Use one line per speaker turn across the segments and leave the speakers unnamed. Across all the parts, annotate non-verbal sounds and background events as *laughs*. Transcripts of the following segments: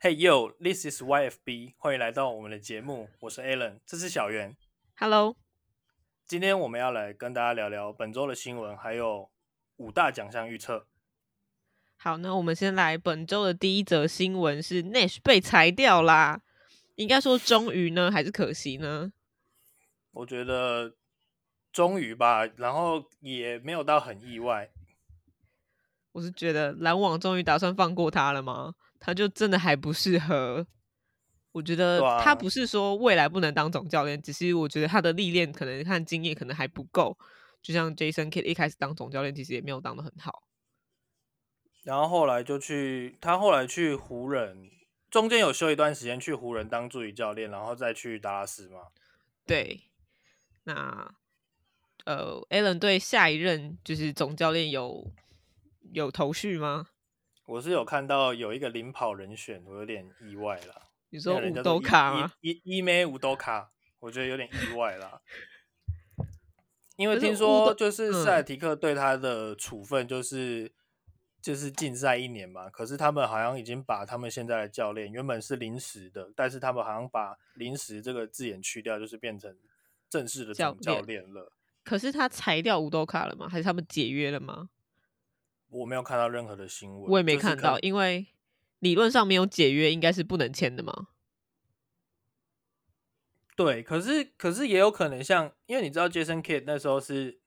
Hey yo，this is YFB，欢迎来到我们的节目，我是 Alan，这是小圆。
Hello，
今天我们要来跟大家聊聊本周的新闻，还有五大奖项预测。
好，那我们先来本周的第一则新闻是 Nash 被裁掉啦，应该说终于呢，还是可惜呢？
我觉得终于吧，然后也没有到很意外，
我是觉得篮网终于打算放过他了吗？他就真的还不适合。我觉得
对啊
他不是说未来不能当总教练，只是我觉得他的历练可能和经验可能还不够。就像 Jason Kidd 一开始当总教练，其实也没有当的很好。
然后后来就去他后来去湖人，中间有休一段时间去湖人当助理教练，然后再去达拉斯嘛。
对，那呃，Allen 对下一任就是总教练有有头绪吗？
我是有看到有一个领跑人选，我有点意外了。
你
那
说
个人
五
叫做
斗卡吗？
伊伊伊梅五斗卡，我觉得有点意外啦。因为
可是
听
乌
说
斗
就是
嗯
塞尔提克对他的处分就是、就是禁赛一年嘛，可是他们好像已经把他们现在的教练原本是临时的，但是他们好像把临时这个字眼去掉，就是变成正式的
教
总教
练
练了。
可是他裁掉五斗卡了吗？还是他们解约了吗？
我没有看到任何的新闻，
我也没
就是
看
可
到，
能
因为理论上没有解约，应该是不能签的嘛。
对，可是可是也有可能像，因为你知道 Jason Kidd 那时候是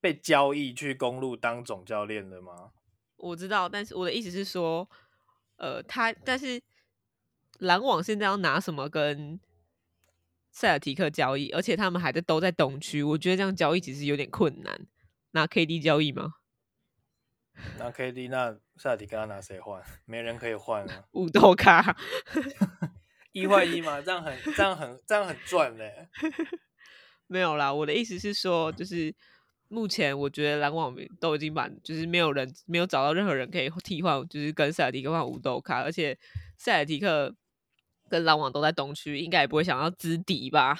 被交易去公路当总教练的吗？
我知道，但是我的意思是说，呃，他但是篮网现在要拿什么跟塞尔提克交易，而且他们还在都在东区，我觉得这样交易其实有点困难。拿 KD 交易吗？
那 KD 那萨迪跟他拿谁换？没人可以换啊！
*laughs* 五斗卡，
一换一嘛，这样很这样很这样很赚嘞、
没有啦，我的意思是说，就是目前我觉得篮网都已经把，就是没有人没有找到任何人可以替换，就是跟塞尔提克换五斗卡，而且塞尔提克跟篮网都在东区，应该也不会想要资敌吧？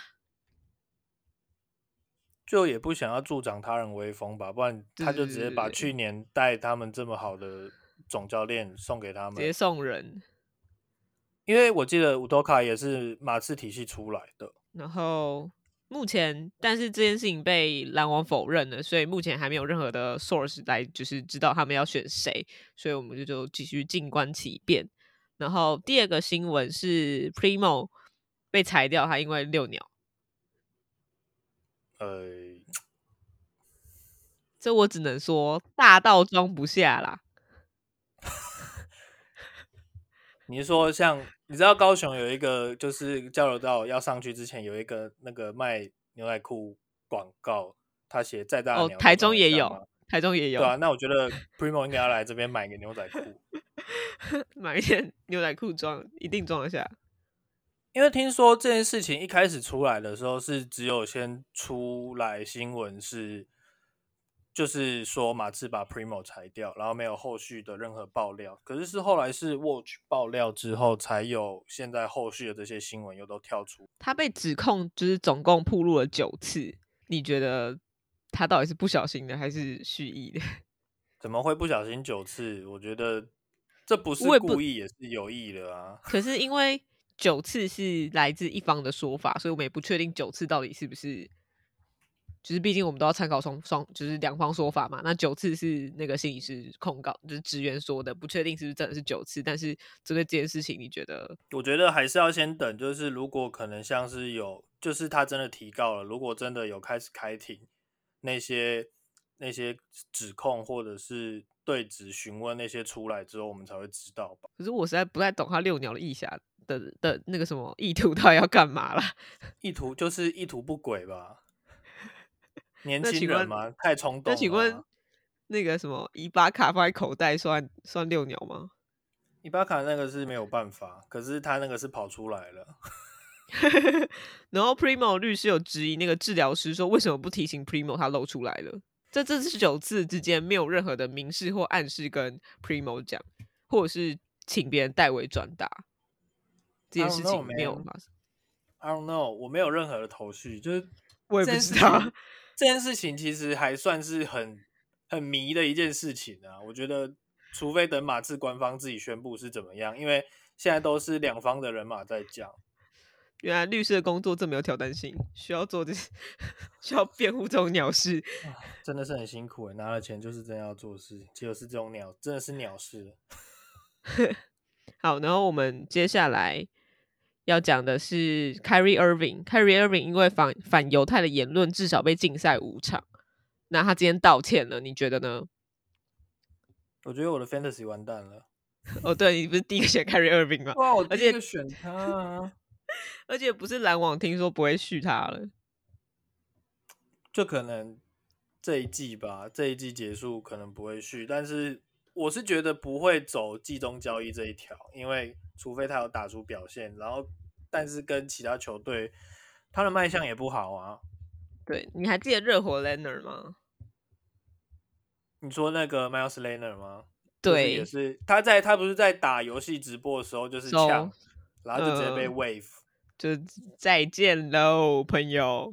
就也不想要助长他人威风吧，不然他就直接把
对
去年带他们这么好的总教练送给他
直接
们。
送人，
因为我记得乌多卡也是马刺体系出来的，
然后目前但是这件事情被篮网否认了，所以目前还没有任何的 source 来就是知道他们要选谁，所以我们就就继续静观其变。然后第二个新闻是 Primo 被裁掉，他因为遛鸟。
呃，
这我只能说大到装不下啦。
你是说像你知道高雄有一个就是交流道要上去之前有一个那个卖牛仔裤广告，他写再大的
哦
鸟，都
台
装得
中也
下
有
吗
台中也有、
对啊，那我觉得 Primo 应该要来这边买个牛仔裤，
买一件牛仔裤装，一定装得下。
因为听说这件事情一开始出来的时候是只有先出来新闻是，就是说马刺把 Primo 裁掉，然后没有后续的任何爆料。可是是后来是 Watch 爆料之后，才有现在后续的这些新闻又都跳出。
他被指控就是总共铺路了九次，你觉得他到底是不小心的还是蓄意的？
怎么会不小心九次？我觉得这不是
我也不
故意，也是有意的啊。
可是因为九次是来自一方的说法，所以我们也不确定九次到底是不是。就是毕竟我们都要参考双双，就是两方说法嘛。那九次是那个心理师控告，就是职员说的，不确定是不是真的是九次。但是针对这件事情，你觉得
我觉得还是要先等，就是如果可能像是有，就是他真的提告了，如果真的有开始开庭，那些那些指控或者是对质询问那些出来之后，我们才会知道吧。
可是我实在不太懂他遛鸟的意下的的那个什么意图到 *laughs* 底要干嘛啦？
意图就是意图不轨吧？年
*laughs* 那
轻
请
人
问
嘛，太冲动
那
了啊。
请问那个什么伊巴卡放在口袋算算遛鸟吗？
伊巴卡那个是没有办法，可是他那个是跑出来了。
然后 Primo 律师有质疑那个治疗师说为什么不提醒 Primo 他露出来了？这这是九次之间没有任何的明示或暗示跟 Primo 讲，或者是请别人代为转达这
I don't
件事
know,
情哦没有
man.
发生，
I don't know，我没有任何的头绪，就是
我也
这
不
件
知
事
道
情。这件事情其实还算是很很迷的一件事情啊，我觉得，除非等马刺官方自己宣布是怎么样，因为现在都是两方的人马在讲。
*laughs* 原来律师的工作这么有挑战性，需要做这些， *laughs* 需要辩护这种鸟事。
啊真的是很辛苦欸，拿了钱就是真的要做事，结果是这种鸟，真的是鸟事。
好，然后我们接下来要讲的是 Kyrie Irving。Kyrie Irving 因为反反犹太的言论，至少被禁赛五场。那他今天道歉了，你觉得呢？
我觉得我的 fantasy 完蛋了，
哦，对，你不是第一个选 Kyrie Irving 吗？ *laughs*
哇，我第
而且
一个选他、啊，
而且不是篮网听说不会续他了，
就可能这一季吧，这一季结束可能不会续，但是我是觉得不会走季中交易这一条，因为除非他有打出表现，然后但是跟其他球队他的卖相也不好啊。
对，你还记得热火 Leonard 吗？
你说那个 Miles Laner 吗？就是
对，
也是他在他不是在打游戏直播的时候就是
收
呛，然后就直接被
嗯
wave，、
就再见喽，朋友，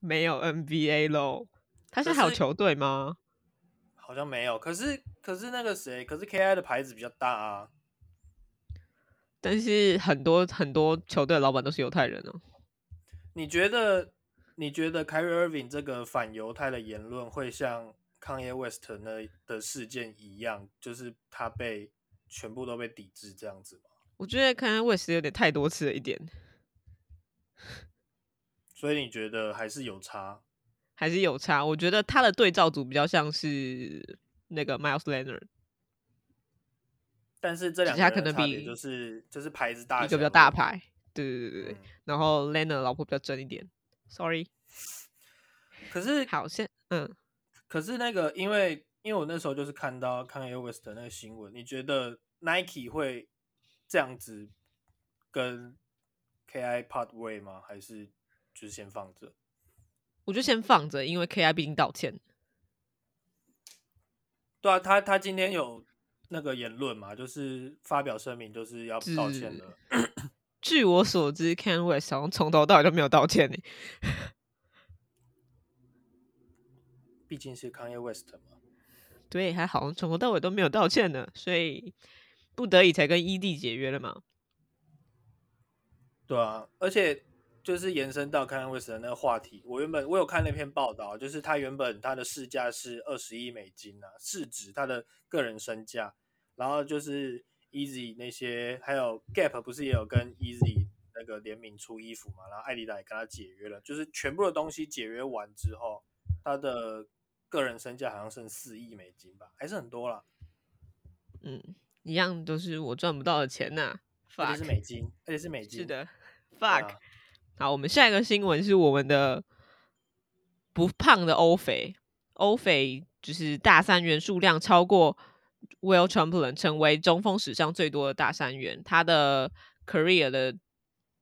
没有 NBA 喽。他现在还有
可是
球队吗？
好像没有。可是可是那个谁，可是 KI 的牌子比较大啊。
但是很多很多球队的老板都是犹太人哦。
你觉得你觉得 Kyrie Irving 这个反犹太的言论会像 Kanye West 那的事件一样，就是他被全部都被抵制这样子吗？
我觉得 Kanye West 有点太多次了一点，
所以你觉得还是有差？
还是有差。我觉得他的对照组比较像是那个 Miles Leonard，
但是这两
其
个
实他
人的
可能
差别
比
就是就是牌子大小，哦
一个比较大。牌，对对对对对。
嗯
然后 Leonard 老婆比较真一点，Sorry。
可是
好，现嗯，
可是那个，因为因为我那时候就是看到 Kanye West 的那个新闻，你觉得 Nike 会这样子跟 KI partway 吗？还是就是先放着？
我就先放着，因为 KI 毕竟道歉。
对啊，他他今天有那个言论嘛，就是发表声明，就是要道歉
是
了。
据我所知，Kanye West 好像从头到尾都没有道歉呢。
毕竟是 Kanye West 嘛，
对，还好从头到尾都没有道歉呢，所以不得已才跟 ED 解约了嘛。
对啊，而且就是延伸到 Kanye West 的那个话题，我原本我有看那篇报道，就是他原本他的市价是二十亿美金啊，市值他的个人身价，然后就是 Easy 那些，还有 Gap 不是也有跟 Easy 那个联名出衣服嘛，然后艾迪达也跟他解约了，就是全部的东西解约完之后，他的个人身价好像剩四亿美金吧，还是很多啦，
嗯，一样都是我赚不到的钱呐、
而且
fuck，
是美金，而且是美金，
是 *laughs* 的
对啊
，fuck。好，我们下一个新闻是我们的不胖的欧肥，欧肥就是大三元数量超过 Will Chamberlain，成为中锋史上最多的大三元。他的 career 的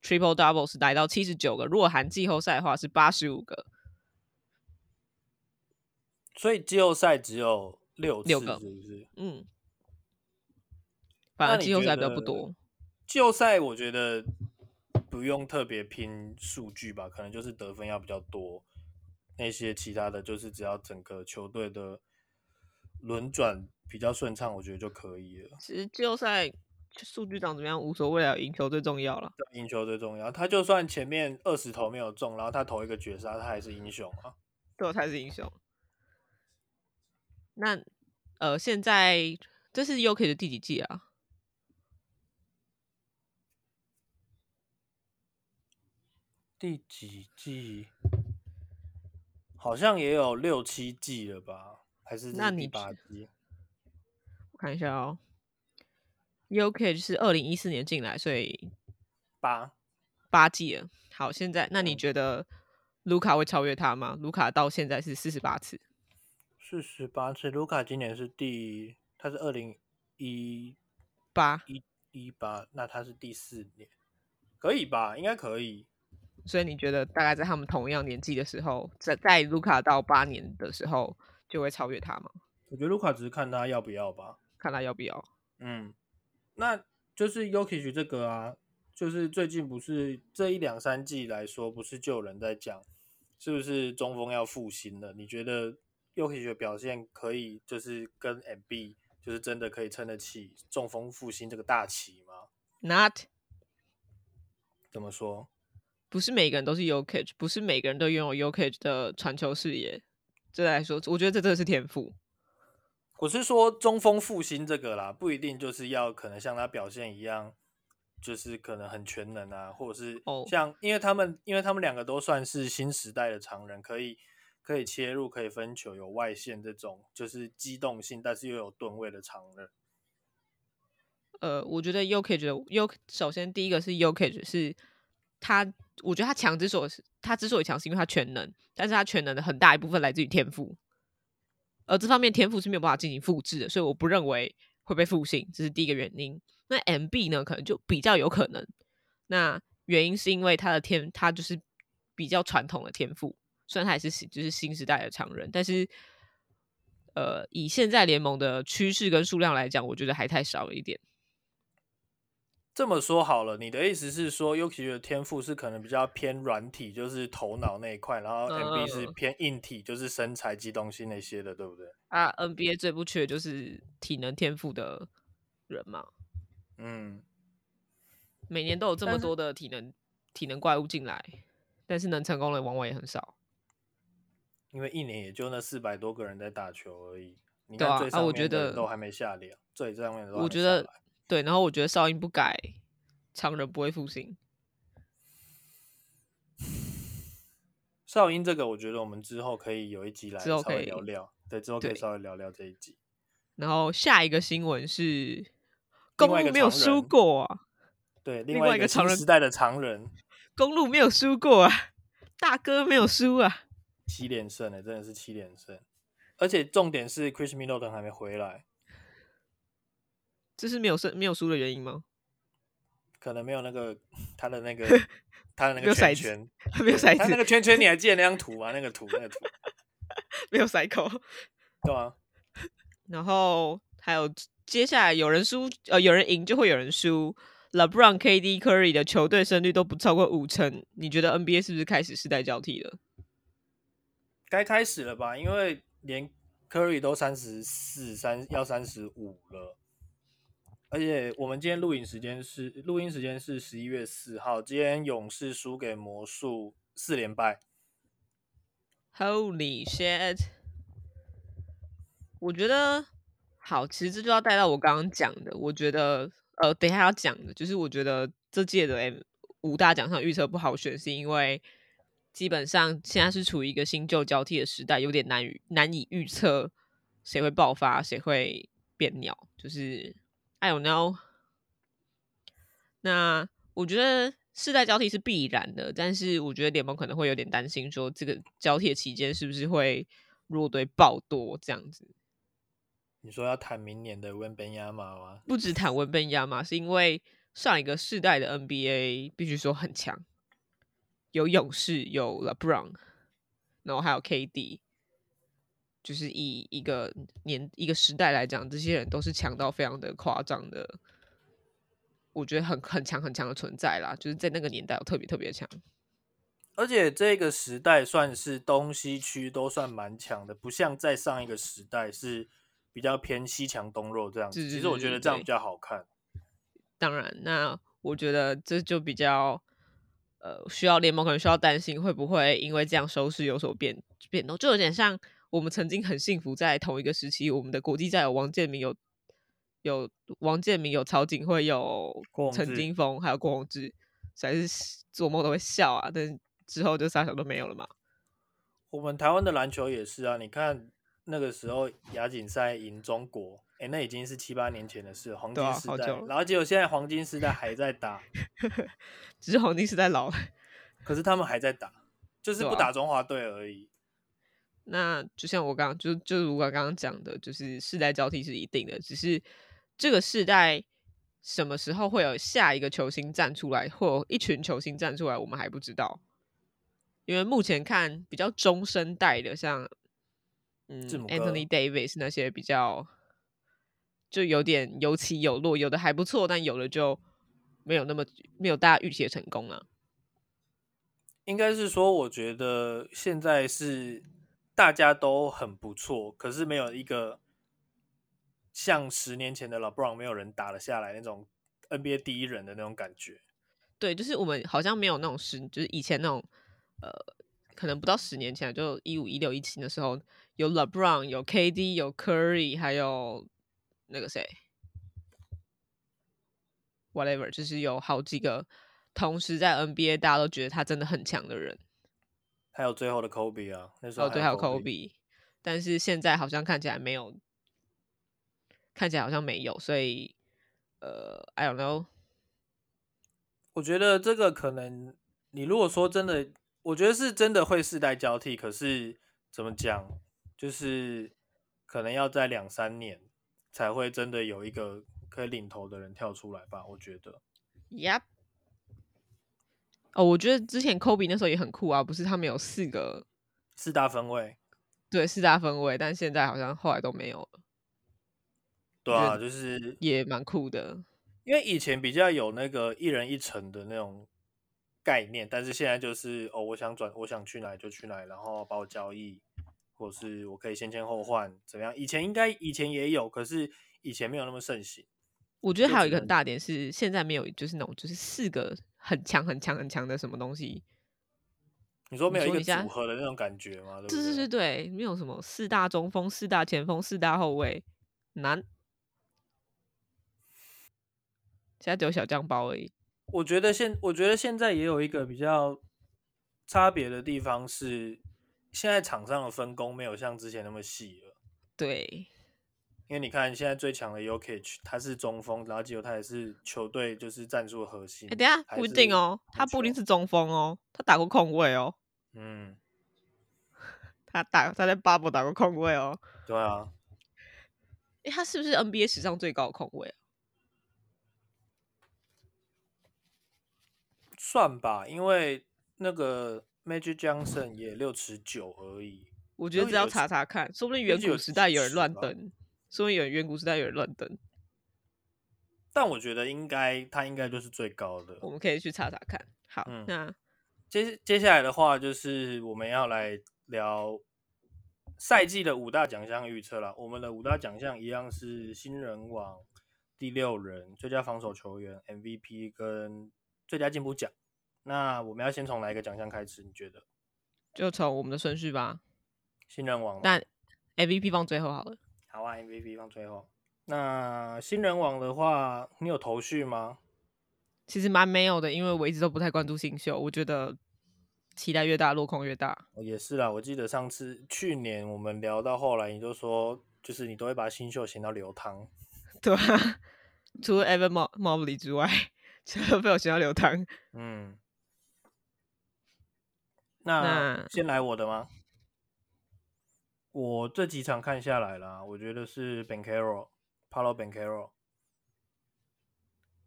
triple doubles 来到七十九个，如果含季后赛的话是八十五个。
所以季后赛只有六次
六个
是不是？
嗯，反
那
而
你
季后
觉
赛比较不
得
多。
季后赛我觉得不用特别拼数据吧，可能就是得分要比较多，那些其他的就是只要整个球队的轮转比较顺畅，我觉得就可以了。
其实季后赛数据长怎么样无所谓啊了，赢球最重要了。
赢球最重要，他就算前面二十投没有中，然后他投一个绝杀，他还是英雄啊。
最后才是英雄。那呃，现在这是 UK 的第几季啊？
第几季？好像也有六七季了吧？还是这
那
是
你
第
觉
八季？
我看一下哦。UK 是二零一四年进来，所以
八？
八季了。好，现在那你
嗯
觉得卢卡会超越他吗？卢卡到现在是四十八次，
四十八次，卢卡今年是第，他是二零一
八，
一八，那他是第四年，可以吧？应该可以。
所以你觉得大概在他们同样年纪的时候，在在卢卡到八年的时候就会超越他吗？
我觉得卢卡只是看他要不要吧。
看他要不要。
嗯，那就是 Yokich 这个啊，就是最近不是这一两三季来说，不是就有人在讲，是不是中锋要复兴了？你觉得 Yokich 的表现可以，就是跟 MB，就是真的可以撑得起中锋复兴这个大旗吗？
Not
怎么说？
不是每个人都是 y o k i c 不是每个人都拥有 y o k i c 的传球视野。这来说，我觉得这真的是天赋。
我是说中锋复兴这个啦，不一定就是要可能像他表现一样，就是可能很全能啊，或者是
哦
像因为他们因为他们两个都算是新时代的常人，可以可以切入，可以分球，有外线这种就是机动性，但是又有吨位的常人。
呃，我觉得 y o k i c y o 首先第一个是 y o k i c 是他，我觉得他强之所以他之所以强是因为他全能，但是他全能的很大一部分来自于天赋，而这方面天赋是没有办法进行复制的，所以我不认为会被复兴，这是第一个原因。那 MB 呢，可能就比较有可能，那原因是因为他的天，他就是比较传统的天赋，虽然他也是新就是新时代的常人，但是。呃，以现在联盟的趋势跟数量来讲，我觉得还太少了一点。
这么说好了，你的意思是说 Yuki 的天赋是可能比较偏软体，就是头脑那一块，然后
嗯
MB 是偏硬体，就是身材、机动性那些的，对不对？
啊，NBA 最不缺的就是体能天赋的人嘛，
嗯，
每年都有这么
但是
多的体能体能怪物进来，但是能成功的往往也很少。
因为一年也就那四百多个人在打球而已。你
对啊
看最
啊
上
我
面
觉
的
得
人都还没下来，最上面的都还
我
没
觉
下
得
来
对，然后我觉得哨音不改，常人不会复兴。
少英这个，我觉得我们之后可以有一集来
之后
稍
可
微
以
聊聊，对，之后可以
对
稍微聊聊这一集。
然后下一个新闻是，
另
公
外一
路
个
没有
常
输
人
过啊，
对，
另
另
外
外
一
一
个
个
常
新
人
时代的常人
公路没有输过啊，大哥没有输啊。
七连胜欸了，真的是七连胜。而且重点是 Chris Middleton 还没回来，
这是没有胜没有输的原因吗？ *laughs*
可能没有那个他的那个他的那
没有
个圈
骰子
圈，
没有
他那
骰
个
子，
圈圈你还记得那张图吗？那个图那个图，
没有骰口。
对啊，
然后还有接下来有人输，呃，有人赢就会有人输。LeBron、KD、Curry 的球队胜率都不超过五成，你觉得 NBA 是不是开始世代交替了？
该开始了吧？因为连 Curry 都三十四、三要三十五了，而且我们今天录影时间是录音时间是十一月四号，今天勇士输给魔术四连败，
Holy shit！我觉得好，其实这就要带到我刚刚讲的。我觉得，呃，等一下要讲的就是，我觉得这届的 M 五大奖项预测不好选，是因为基本上现在是处于一个新旧交替的时代，有点难于难以预测谁会爆发，谁会变鸟。就是，I don't know。那我觉得世代交替是必然的，但是我觉得联盟可能会有点担心，说这个交替的期间是不是会弱队爆多这样子。
你说要谈明年的温本亚马吗？
不止谈文本亚马，是因为上一个世代的 NBA 必须说很强，有勇士，有 LeBron，然后还有 KD，就是以一个年一个时代来讲，这些人都是强到非常的夸张的，我觉得很很强很强的存在啦，就是在那个年代有特别特别强。
而且这个时代算是东西区都算蛮强的，不像在上一个时代是比较偏西强东弱这样子。
是
其实我觉得这样比较好看。
当然，那我觉得这就比较呃，需要联盟可能需要担心会不会因为这样收视有所变变动，就有点像我们曾经很幸福在同一个时期，我们的国际赛有王建民有。有王建民，有曹景惠，有
郭宏
陈
志
金峰，还有郭宏志，实在是做梦都会笑啊！但是之后就啥球都没有了嘛。
我们台湾的篮球也是啊，你看那个时候亚锦赛赢中国，哎、那已经是七八年前的事，黄
对啊
金时
好
代。
久了
然后结果现在黄金时代还在打，
只是黄金时代老了，
可是他们还在打，就是
对啊
不打中华队而已。
那就像我刚刚就就如我刚刚讲的，就是世代交替是一定的，只是这个世代什么时候会有下一个球星站出来，或有一群球星站出来，我们还不知道。因为目前看比较中生代的，像嗯
字母哥
，Anthony Davis 那些比较就有点有起有落，有的还不错，但有的就没有那么没有大家预期的成功啊。
应该是说，我觉得现在是大家都很不错，可是没有一个像十年前的 LeBron 没有人打得下来那种 NBA 第一人的那种感觉。
对，就是我们好像没有那种十，就是以前那种，呃，可能不到十年前，就一五、一六、一七的时候，有 LeBron，有 KD，有 Curry，还有那个谁，whatever，就是有好几个同时在 NBA 大家都觉得他真的很强的人。
还有最后的 Kobe 啊，那时候
哦，对，还有
Kobe，
Kobe，但是现在好像看起来没有，看起来好像没有，所以呃，I don't know，
我觉得这个可能，你如果说真的，我觉得是真的会世代交替，可是怎么讲，就是可能要在两三年才会真的有一个可以领头的人跳出来吧，我觉得。
Yep。哦，我觉得之前 Kobe 那时候也很酷啊，不是他们有四个
四大分位，
对四大分位，但现在好像后来都没有了，
对啊，
我觉
就是
也蛮酷的。
因为以前比较有那个一人一城的那种概念，但是现在就是哦，我想转，我想去哪里就去哪里，然后把我交易，或是我可以先签后换，怎么样？以前应该以前也有，可是以前没有那么盛行。
我觉得
就
还有
只
一个
能
很大的点是，现在没有就是那种就是四个很强很强很强的什么东西，
你说没有
你
一
说
个
你现在
组合的那种感觉吗？对不
对对
对？
对对，没有什么四大中锋、四大前锋、四大后卫，难。现在只有小酱包而已。
我觉得现我觉得现在也有一个比较差别的地方是，现在场上的分工没有像之前那么细了。
对，
嗯因为你看，现在最强的 Yokich，他是中锋，然后基友他也是球队就是战术核心。
哎、等一下
还
不一定哦，
是
他
控
不一定
球
是中锋哦，他打过控卫哦，
嗯，
他打他在 Bubble 打过控卫哦。
对啊，
哎、他是不是 NBA 史上最高的控卫啊？
算吧，因为那个 Magic Johnson 也六尺九而已。
我觉得
都
只要
有
查
几
查看，说不定
都
远
有
古
几
时代有人
十
乱
吧
登，说不定有人远古时代有人乱登，
但我觉得应该他应该就是最高的。
我们可以去查查看。好，
嗯
那
接接下来的话就是我们要来聊赛季的五大奖项预测啦。我们的五大奖项一样是新人王、第六人、最佳防守球员、MVP 跟最佳进步奖。那我们要先从哪一个奖项开始？你觉得
就从我们的顺序吧。
新人王吗？
但 MVP 放最后好了。
好啊，MVP 放最后。那新人王的话，你有头绪吗？
其实蛮没有的，因为我一直都不太关注新秀，我觉得期待越大，落空越大。
哦也是啦，我记得上次去年我们聊到后来，你就说就是你都会把新秀闲到流汤。
对啊，除了 Evan Mo- Mobley 之外， *laughs* 全都被我学校流淌。
嗯，那
那
先来我的吗？我这几场看下来啦，我觉得是 Bencaro、Paulo Bencaro，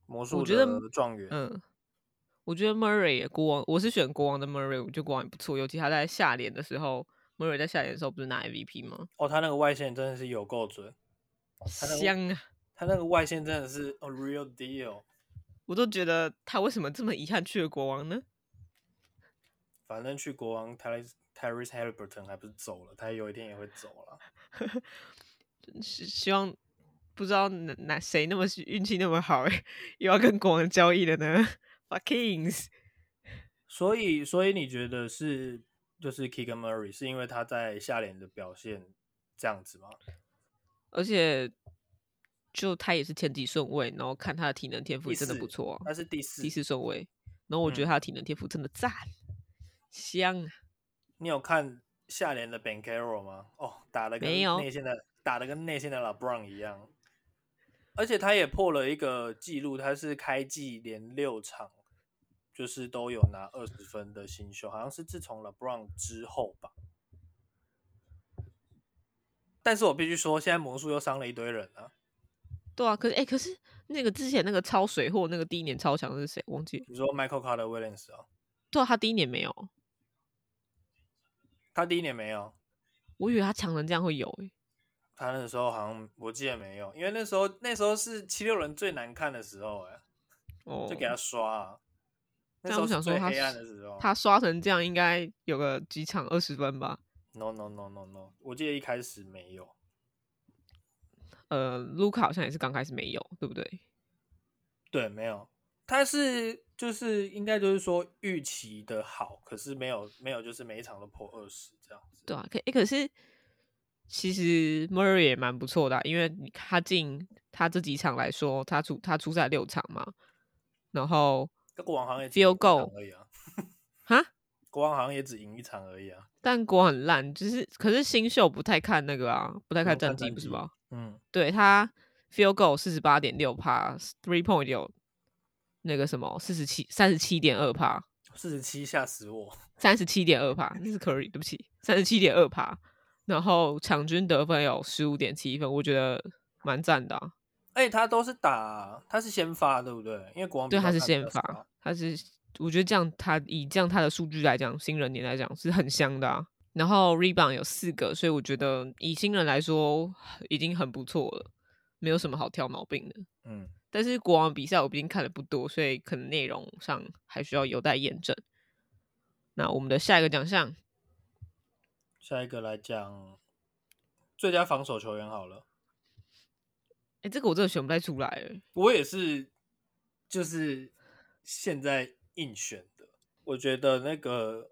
魔术
我觉得
的状元。
嗯，我觉得 Murray 也国王，我是选国王的 Murray，我觉得国王也不错，尤其他在下联的时候，Murray 在下联的时候不是拿 MVP 吗？
哦，他那个外线真的是有够准，那个
香啊！
他那个外线真的是 a real deal。
我都觉得他为什么这么遗憾去了国王呢？
反正去国王 Terry Terry Halliburton 还不是走了，他有一天也会走了。
希希望不知道哪哪谁那么是运气那么好、 *laughs* 欸，又要跟国王交易了呢？Fuckings！
所以，所以你觉得是就是 Keegan Murray 是因为他在下联的表现这样子吗？
而且就他也是前几顺位，然后看他的体能天赋
第
也真的
四
不错、啊
他，是第四，
第四顺位，然后我觉得
嗯
他的体能天赋真的赞，香啊！
你有看下联的 b a n c a r o 吗？哦，打的跟
没有
内线的打的跟内线的 LeBron 一样，而且他也破了一个记录，他是开季连六场就是都有拿二十分的新秀，好像是自从 LeBron 之后吧。但是我必须说，现在魔术又伤了一堆人啊。
对啊，可是哎、可是那个之前那个超水货，那个第一年超强的是谁？忘记了。
你说 Michael Carter Williams 啊，
对啊，他第一年没有，
他第一年没有，
我以为他强成这样会有、欸，
他那时候好像我记得没有，因为那时候那时候是七六人最难看的时候哎、
哦，
就给他刷啊。那
但
时候
我
是
想说
最
他
黑暗
是
的时候。
他刷成这样应该有个几场二十分吧。
no no no no no，我记得一开始没有，
呃，卢卡好像也是刚开始没有，对不对？
对，没有，他是就是应该就是说预期的好，可是没有没有就是每一场都破二十这样子。
对啊，可、欸、可是其实 Murray 也蛮不错的啊、因为你他进他这几场来说，他出他出赛六场嘛，然后
那国王好像也只
Field
赢一场
goal
而已啊，
哈，
国王好像也只赢一场而已啊。
但国很烂，只是可是新秀不太看那个啊，不太
不
看
看
战绩
战
不是
绩
吗？
嗯，
对他 field goal 四十八点六帕，three point 有那个什么四十七三十七点二帕，
四十七吓死我，
三十七点二帕，那是 Curry，对不起，三十七点二帕。然后场均得分有十五点七分，我觉得蛮赞的、啊。
而哎且他都是打他是先发对不对？因为国王比
对，
较
他是
看比较
先发
少，
他是我觉得这样他以这样他的数据来讲，新人年来讲是很香的、啊。然后 rebound 有四个，所以我觉得以新人来说已经很不错了，没有什么好挑毛病的。
嗯，
但是国王比赛我毕竟看的不多，所以可能内容上还需要有待验证。那我们的下一个奖项，
下一个来讲最佳防守球员好了，
哎、这个我真的选不太出来了。
我也是就是现在硬选的，我觉得那个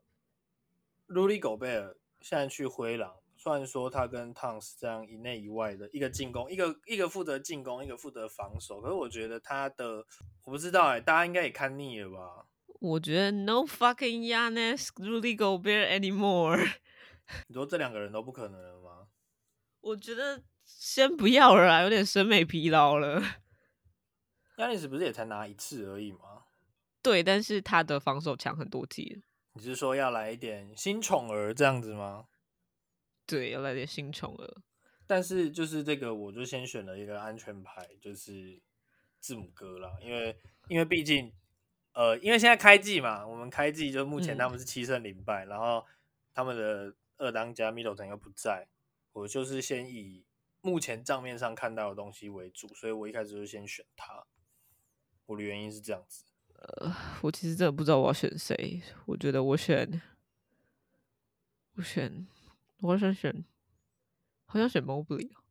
卢里狗贝尔现在去灰狼，虽然说他跟汤是这样一内一外的一个进攻，一个一个负责进攻，一个负责防守，可是我觉得他的我不知道哎、大家应该也看腻了吧？
我觉得 No fucking Yanis Rudy Gobert anymore。 *laughs*
你说这两个人都不可能了吗？
我觉得先不要了啦，有点审美疲劳了。 *laughs*
亚历斯不是也才拿一次而已吗？
对，但是他的防守强很多季了，
你是说要来一点新宠儿这样子吗？
对，要来点新宠儿。
但是就是这个，我就先选了一个安全牌，就是字母哥啦，因为因为毕竟呃，因为现在开季嘛，我们开季就目前
嗯
他们是七胜零败，然后他们的二当家 Middleton 又不在，我就是先以目前账面上看到的东西为主，所以我一开始就先选他。我的原因是这样子，
我其实真的不知道我要选谁，我觉得我选，我选，我好想选，好想选 Mobley 哦。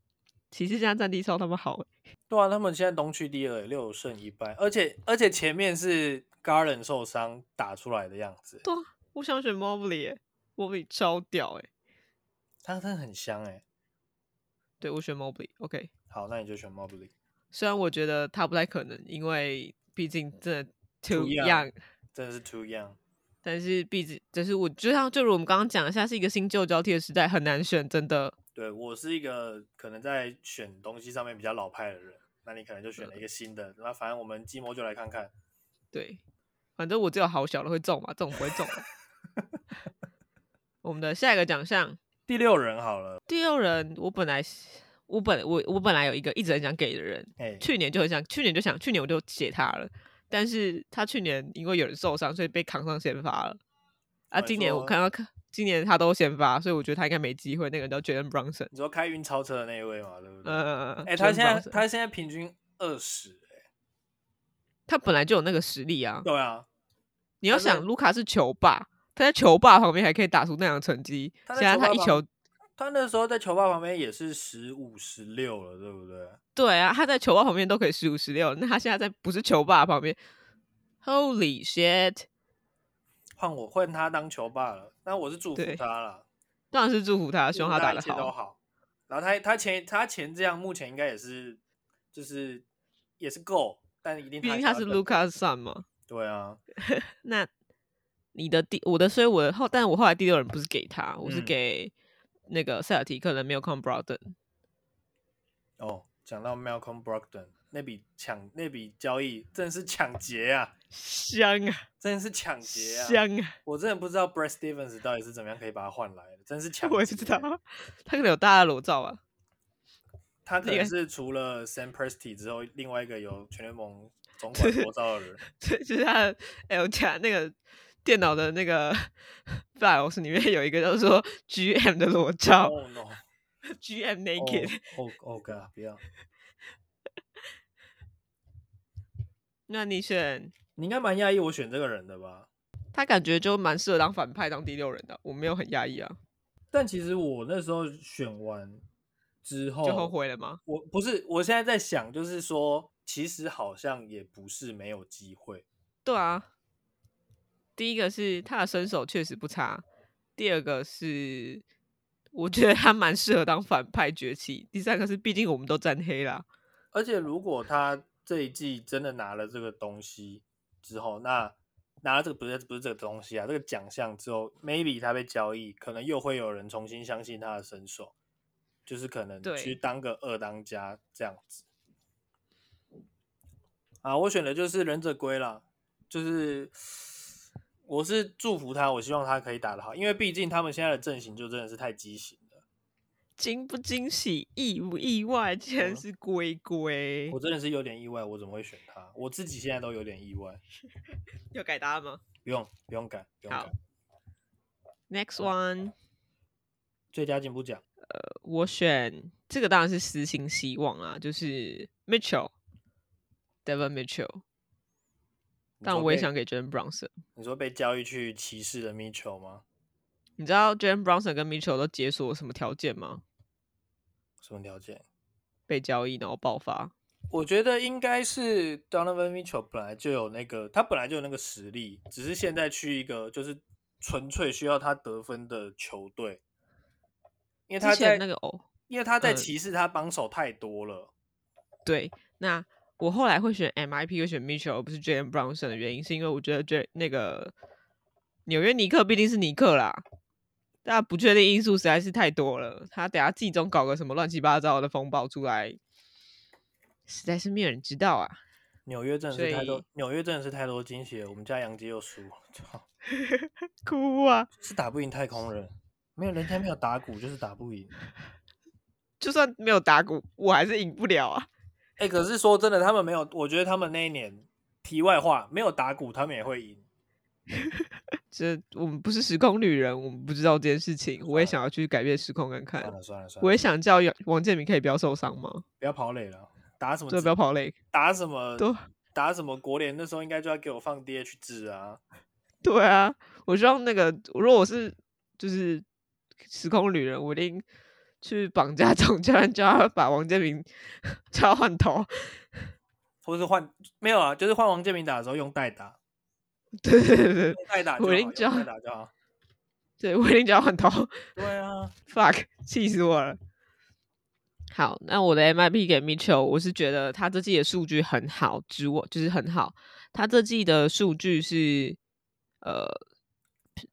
骑士现在战地超他妈好欸，
对啊，他们现在东区第二，欸六胜一败，而且而且前面是 Garland 受伤打出来的样子，
对啊，我想选 Mobley，欸 Mobley 超屌哎、
他真的很香哎、
对我选 Mobley。OK，
好，那你就选 Mobley。
虽然我觉得他不太可能，因为毕竟真的
Too
too
young
young，
真的是 too young。
但是毕竟，但是我就像就如我们刚刚讲的，现在是一个新旧交替的时代，很难选，真的。
对我是一个可能在选东西上面比较老派的人，那你可能就选了一个新的。那反正我们寂寞就来看看。
对，反正我只有好小的会中嘛，这种不会中。啊
*laughs*
我们的下一个奖项
第六人好了，
第六人，我本来是我本我我本来有一个一直很想给的人，
哎、
去年就很想，去年就想，去年我就写他了，但是他去年因为有人受伤，所以被扛上先发了。
哦
啊，
你
今年我
说
看到看今年他都先发，所以我觉得他应该没机会。那个人叫 Jalen Brunson，
你说开运超车的那一位嘛，对不对？哎、
呃，哎
他现在他现在平均二十、
他本来就有那个实力啊。
对啊，
你要
他在
想，卢卡是球霸，他在球霸旁边还可以打出那样的成绩，
他
现
在
在
球
他
霸
一
旁
球，
他那时候在球霸旁边也是十五、十六了，对不对？
对啊，他在球霸旁边都可以十五十六，那他现在在不是球霸旁边，Holy shit！
换我换他当球霸了，那我是祝福
对
他啦。
当然是祝福他，希望他打
一
得
切都
好。
好。然后他他前他前这样，目前应该也是就是也是够，但一定
毕竟
他
他是
卢卡。
Lucas Sun 嘛，
对啊，
那你的第我的，所以我的后，但我后来第六人不是给他，我是
嗯
给那个塞尔提克的 Milcom Brogdon。
哦，讲到 Malcolm Brogdon 那笔抢那笔交易，真的是抢劫啊！
香啊，
真的是抢劫啊！
香啊！
我真的不知道 Brad Stevens 到底是怎么样可以把他换来的，真是抢劫。欸
*laughs* 我也不知道，他可能有大家的裸照吧？ *laughs*
他可
这
能
个
是除了 Sam Presti 之后，另外一个有全联盟总管多招的
*laughs*
人。
对，就是他的 L 加那个电脑的那个 *laughs* files 里面有一个叫做 GM 的裸照
Oh no！
，GM naked。
哦哦 god！不要，
那你选
你应该蛮讶异我选这个人的吧？
他，感觉就蛮适合当反派当第六人的，我没有很压抑啊，
但其实我那时候选完之后，哦
就后悔了吗？
我不是，我现在在想，就是说其实好像也不是没有机会。
对啊，第一个是他的身手确实不差，第二个是我觉得他蛮适合当反派崛起，第三个是毕竟我们都站黑啦，
而且如果他这一季真的拿了这个东西之后，那拿了这个不是不是这个东西啊，这个奖项之后，maybe 他被交易，可能又会有人重新相信他的身手，就是可能
对
去当个二当家这样子。啊，我选的就是忍者龟啦，就是我是祝福他，我希望他可以打得好，因为毕竟他们现在的阵型就真的是太畸形了。
惊不惊喜，意不意外，竟然
嗯
是龟龟
我，真的是有点意外，我怎么会选他？我自己现在都有点意外。
要改答案吗
不用，不用改，不用
好
改。
？Next one，
最佳进步奖
我选这个当然是实行希望啦，就是 Mitchell，Devon Mitchell，
你
但
说
我也
被
想给 Jalen Brunson。
你说被交易去骑士的 Mitchell 吗？
你知道 Jalen Brunson 跟 Mitchell 都解锁什么条件吗？
什么条件？
被交易然后爆发。
我觉得应该是 Donovan Mitchell 本来就有那个，他本来就有那个实力，只是现在去一个就是纯粹需要他得分的球队，因为他
之前
在
那个哦，
因为他在
嗯
骑士他帮手太多了。
对，那我后来会选 MIP，会选 Mitchell 而不是 Jalen Brunson 的原因，是因为我觉得 J 那个纽约尼克毕竟是尼克啦，但不确定因素实在是太多了。他等下季中搞个什么乱七八糟的风暴出来，实在是没有人知道啊。
纽约真的是太
所
多
以，
纽约真的是太多惊喜了。我们家杨基又输了，操，
哭啊！
是打不赢太空人，没有人家没有打鼓就是打不赢。
就算没有打鼓，我还是赢不了啊。
哎、可是说真的，他们没有，我觉得他们那一年，题外话，没有打鼓，他们也会赢。
这我们不是时空旅人，我们不知道这件事情。我也想要去改变时空看
算
看。
了算了算
我也
了，
想叫王建民可以不要受伤吗？
不要跑垒了，打什么
对，
字
不要跑累。
打什么
对
打什么国联，那时候应该就要给我放 DH 制啊。
*laughs* 对啊，我希望那个，如果我是就是时空旅人，我一定去绑架 *laughs* 总教练，叫他把王建民 *laughs* 叫他换头。 *laughs*
或是换没有啊，就是换王建民打的时候用代打，
对对对对，
用代打就
我
好，
已经
用
知道
代打就好。
对我一定叫他换头。
对啊，
fuck，气 *laughs* 死我了。好，那我的 MIP 给 Mitchell，我是觉得他这季的数据很好，之我就是很好。他这季的数据是呃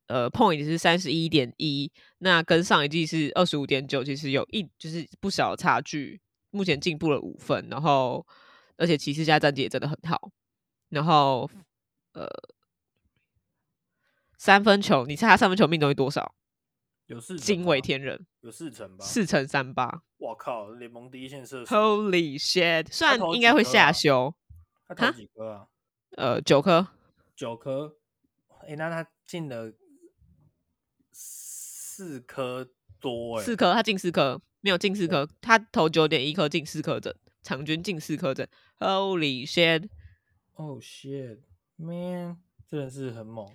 呃 point 是三十一点一，那跟上一季是二十五点九，其实有一就是不小的差距。目前进步了五分，然后而且骑士家战绩也真的很好，然后呃三分球，你猜他三分球命中率多少？
有四成
惊为
吧，
天人。
有四成吧？
四乘三八
我靠，联盟第一线射手，
，Holy shit！虽然
投
应
几
该会
颗
下
啊
修，
他投
哈
几颗啊？
呃，九颗，
九颗，哎、那他进了四颗多哎、
四颗，他进四颗，没有进四颗，他投九点一颗进四颗整，场均进四颗整，Holy shit！
Oh shit, man！真的是很猛，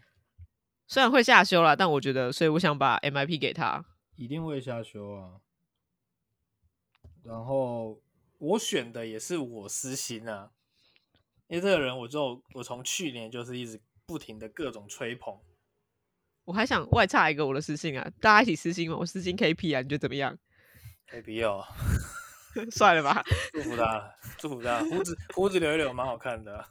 虽然会下修啦，但我觉得，所以我想把 MIP 给他。
一定会下修啊。然后我选的也是我私心啊，因为这个人我就我从去年就是一直不停的各种吹捧，
我还想外差一个我的私信啊，大家一起私信嘛，我私信 KP 啊，你觉得怎么样？ *laughs*
没必要啊，
算了吧，
祝福他，祝福他，胡子胡子留一留蛮好看的啊，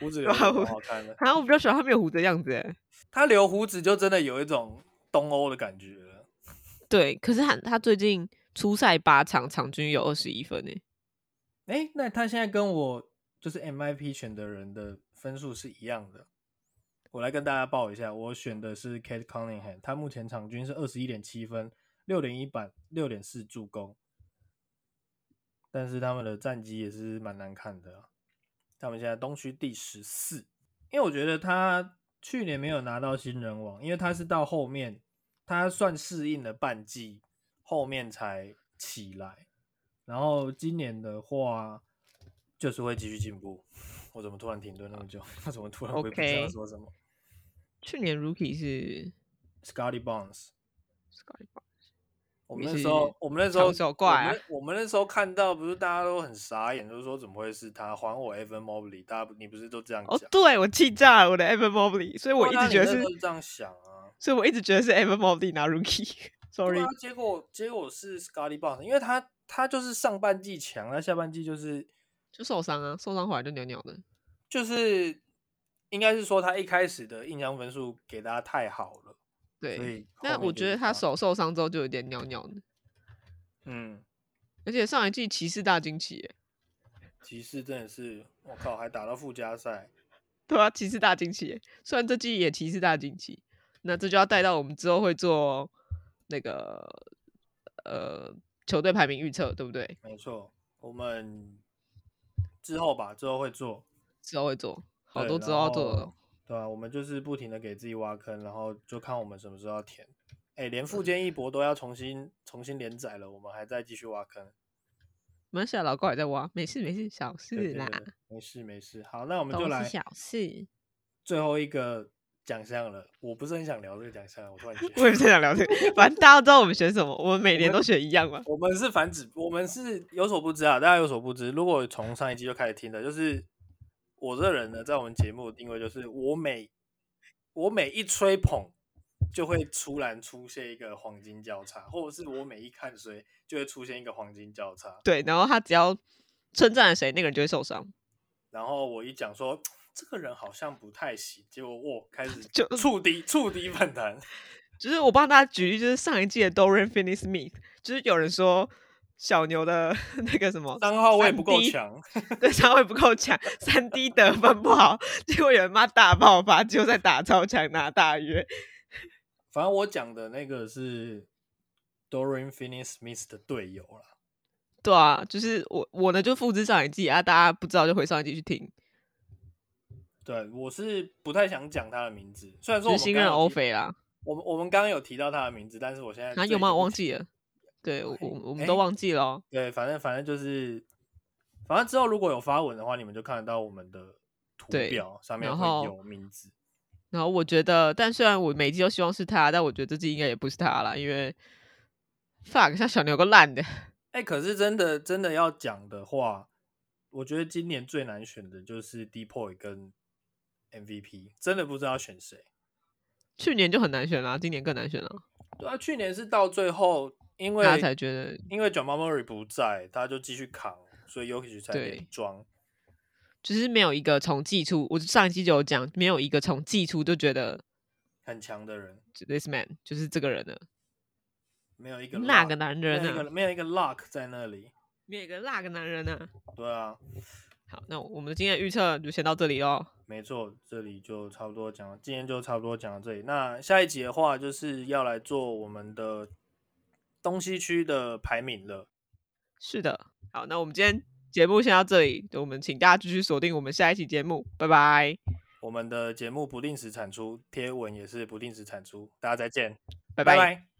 胡子留一
哇
留
我
蛮好看的，
好啊像我比较喜欢他没有胡子的样子、欸。
他留胡子就真的有一种东欧的感觉了。
对，可是他他最近初赛八场，场均有二十一分诶、欸
哎，那他现在跟我就是 MIP 选的人的分数是一样的。我来跟大家报一下，我选的是 Kate Cunningham，他目前场均是二十一点七分、六点一板、六点四助攻，但是他们的战绩也是蛮难看的啊、他们现在东区第十四，因为我觉得他去年没有拿到新人王，因为他是到后面他算适应了半季，后面才起来。然后今年的话，就是会继续进步。我怎么突然停顿那么久？ *laughs* 我怎么突然我也不知道
OK
说什么
去年 Rookie 是
？Scotty Barnes，
Scottie Barnes
我我
也
们那时
是
候，我们那时候
长手怪啊
我们，我们那时候看到，不是大家都很傻眼，就是说怎么会是他还我 Evan Mobley？大家不你不是都这样讲？
哦，对我气炸了，我的 Evan Mobley，所以我一
对啊
直
你
觉得
那时
是
候，这样想啊。
所以我一直觉得是 Evan Mobley 拿 Rookie。 *laughs*
对
Sorry，
啊，结果结果是 Scotty b o n 因为他他就是上半季强，那下半季就是
就受伤啊，受伤回来就扭扭的。
就是应该是说他一开始的印象分数给大家太好了，所
对，
以
那
后面
我
就
觉
是
得他
这样
手受伤之后就有点扭扭的，
嗯，
而且上一季骑士大惊奇耶，
骑士真的是我靠，还打到附加赛，
对啊，骑士大惊奇耶，虽然这季也骑士大惊奇，那这就要带到我们之后会做那个呃球队排名预测，对不对？
没错，我们之后吧，之后会做。
之后会做，好
对
多之后要做。
然
的
后。对啊，我们就是不停的给自己挖坑，然后就看我们什么时候要填。哎，连富坚义博都要重新重新连载了，我们还在继续挖坑。
没事啊，老高也在挖，没事没事，小
对
事
对
啦，
对没事没事。好，那我们
都
就是来
小事。
最后一个奖项了。我不是很想聊这个奖项，我
*laughs*
突然觉
我也
得。
不是想聊这个，反正大家都知道我们选什么，我们每年
们
都选一样嘛。
我们是反指，我们是有所不知啊，大家有所不知。如果从上一季就开始听的，就是我这人呢，在我们节目的定位就是我每我每一吹捧，就会突然出现一个黄金交叉，或者是我每一看谁就会出现一个黄金交叉。
对，然后他只要称赞了谁，那个人就会受伤，
然后我一讲说这个人好像不太行，结果我开始
就
触底触底反弹。
就是我帮大家举例，就是上一季的 Dorian Finney Smith，就是有人说小牛的那个什么
三号位不够
3D
强，
对，三位不够强，三 D 得分不好，结果有人骂大爆发，就在打超强拿大约，
反正我讲的那个是 Dorian Finney-Smith 的队友啦。
对啊，就是我我呢就复制上一季啊，大家不知道就回上一季去听，
对，我是不太想讲他的名字，虽然说
就
我
是
们
新
刚
任
刚有
欧
提
菲啦，
我们我们刚刚有提到他的名字，但是我现在
啊
最
有吗？
近
我忘
不记
记了，对我我我们
哎
都忘记了哦、
对，反正反正就是，反正之后如果有发文的话，你们就看得到我们的图
对
表上面
然
会
后
有名字。
然后我觉得，但虽然我每季都希望是他，但我觉得这季应该也不是他啦，因为 fuck 像小牛有个烂的， *laughs*
哎、可是真的真的要讲的话，我觉得今年最难选的就是 D Poy 跟 MVP，真的不知道选谁。
去年就很难选啦，今年更难选了，
对啊，去年是到最后，因为
大家才觉得
因为 j a m a m u r r y 不在，他就继续扛，所以 Yuki 才
对
连庄。
就是没有一个从季初，我上一期就有讲，没有一个从季初就觉得
很强的人，
就 this man 就是这个人的
没有一个
那
lock，
个男
没有
人啊
一
呢、
个没有一个 lock 在那里。
没有一个那个男人呢、
对啊，
好，那我们今天的预测就先到这里喽。
没错，这里就差不多讲了，今天就差不多讲到这里。那下一集的话，就是要来做我们的东西区的排名了。
是的，好，那我们今天节目先到这里，我们请大家继续锁定我们下一期节目，拜拜，
我们的节目不定时产出，贴文也是不定时产出，大家再见，
拜
拜
拜
拜